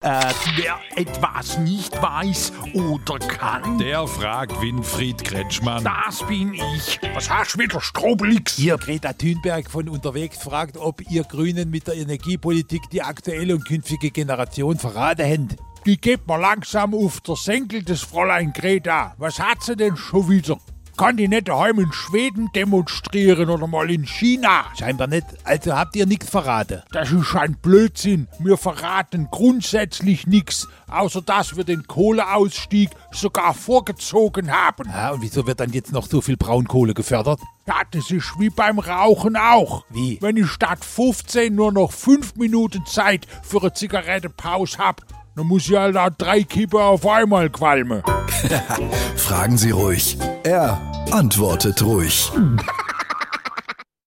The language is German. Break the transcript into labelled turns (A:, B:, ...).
A: Äh, wer etwas nicht weiß oder kann,
B: Der fragt Winfried Kretschmann.
A: das bin ich. Was hast du wieder, Strobelix?
C: Hier Greta Thunberg von unterwegs fragt, ob ihr Grünen mit der Energiepolitik die aktuelle und künftige Generation verraten händ.
A: Die geht mal langsam auf der Senkel des Fräulein Greta. Was hat sie denn schon wieder? Kann die nicht daheim in Schweden demonstrieren oder mal in China?
C: Scheinbar nicht, also habt ihr nichts verraten.
A: Das ist ein Blödsinn. Wir verraten grundsätzlich nichts, außer dass wir den Kohleausstieg sogar vorgezogen haben.
C: Ah, und wieso wird dann jetzt noch so viel Braunkohle gefördert?
A: Ja, das ist wie beim Rauchen auch.
C: Wie?
A: Wenn ich statt 15 nur noch 5 Minuten Zeit für eine Zigarettenpause hab, dann muss ich halt auch drei Kippen auf einmal qualmen.
D: Fragen Sie ruhig. Er antwortet ruhig.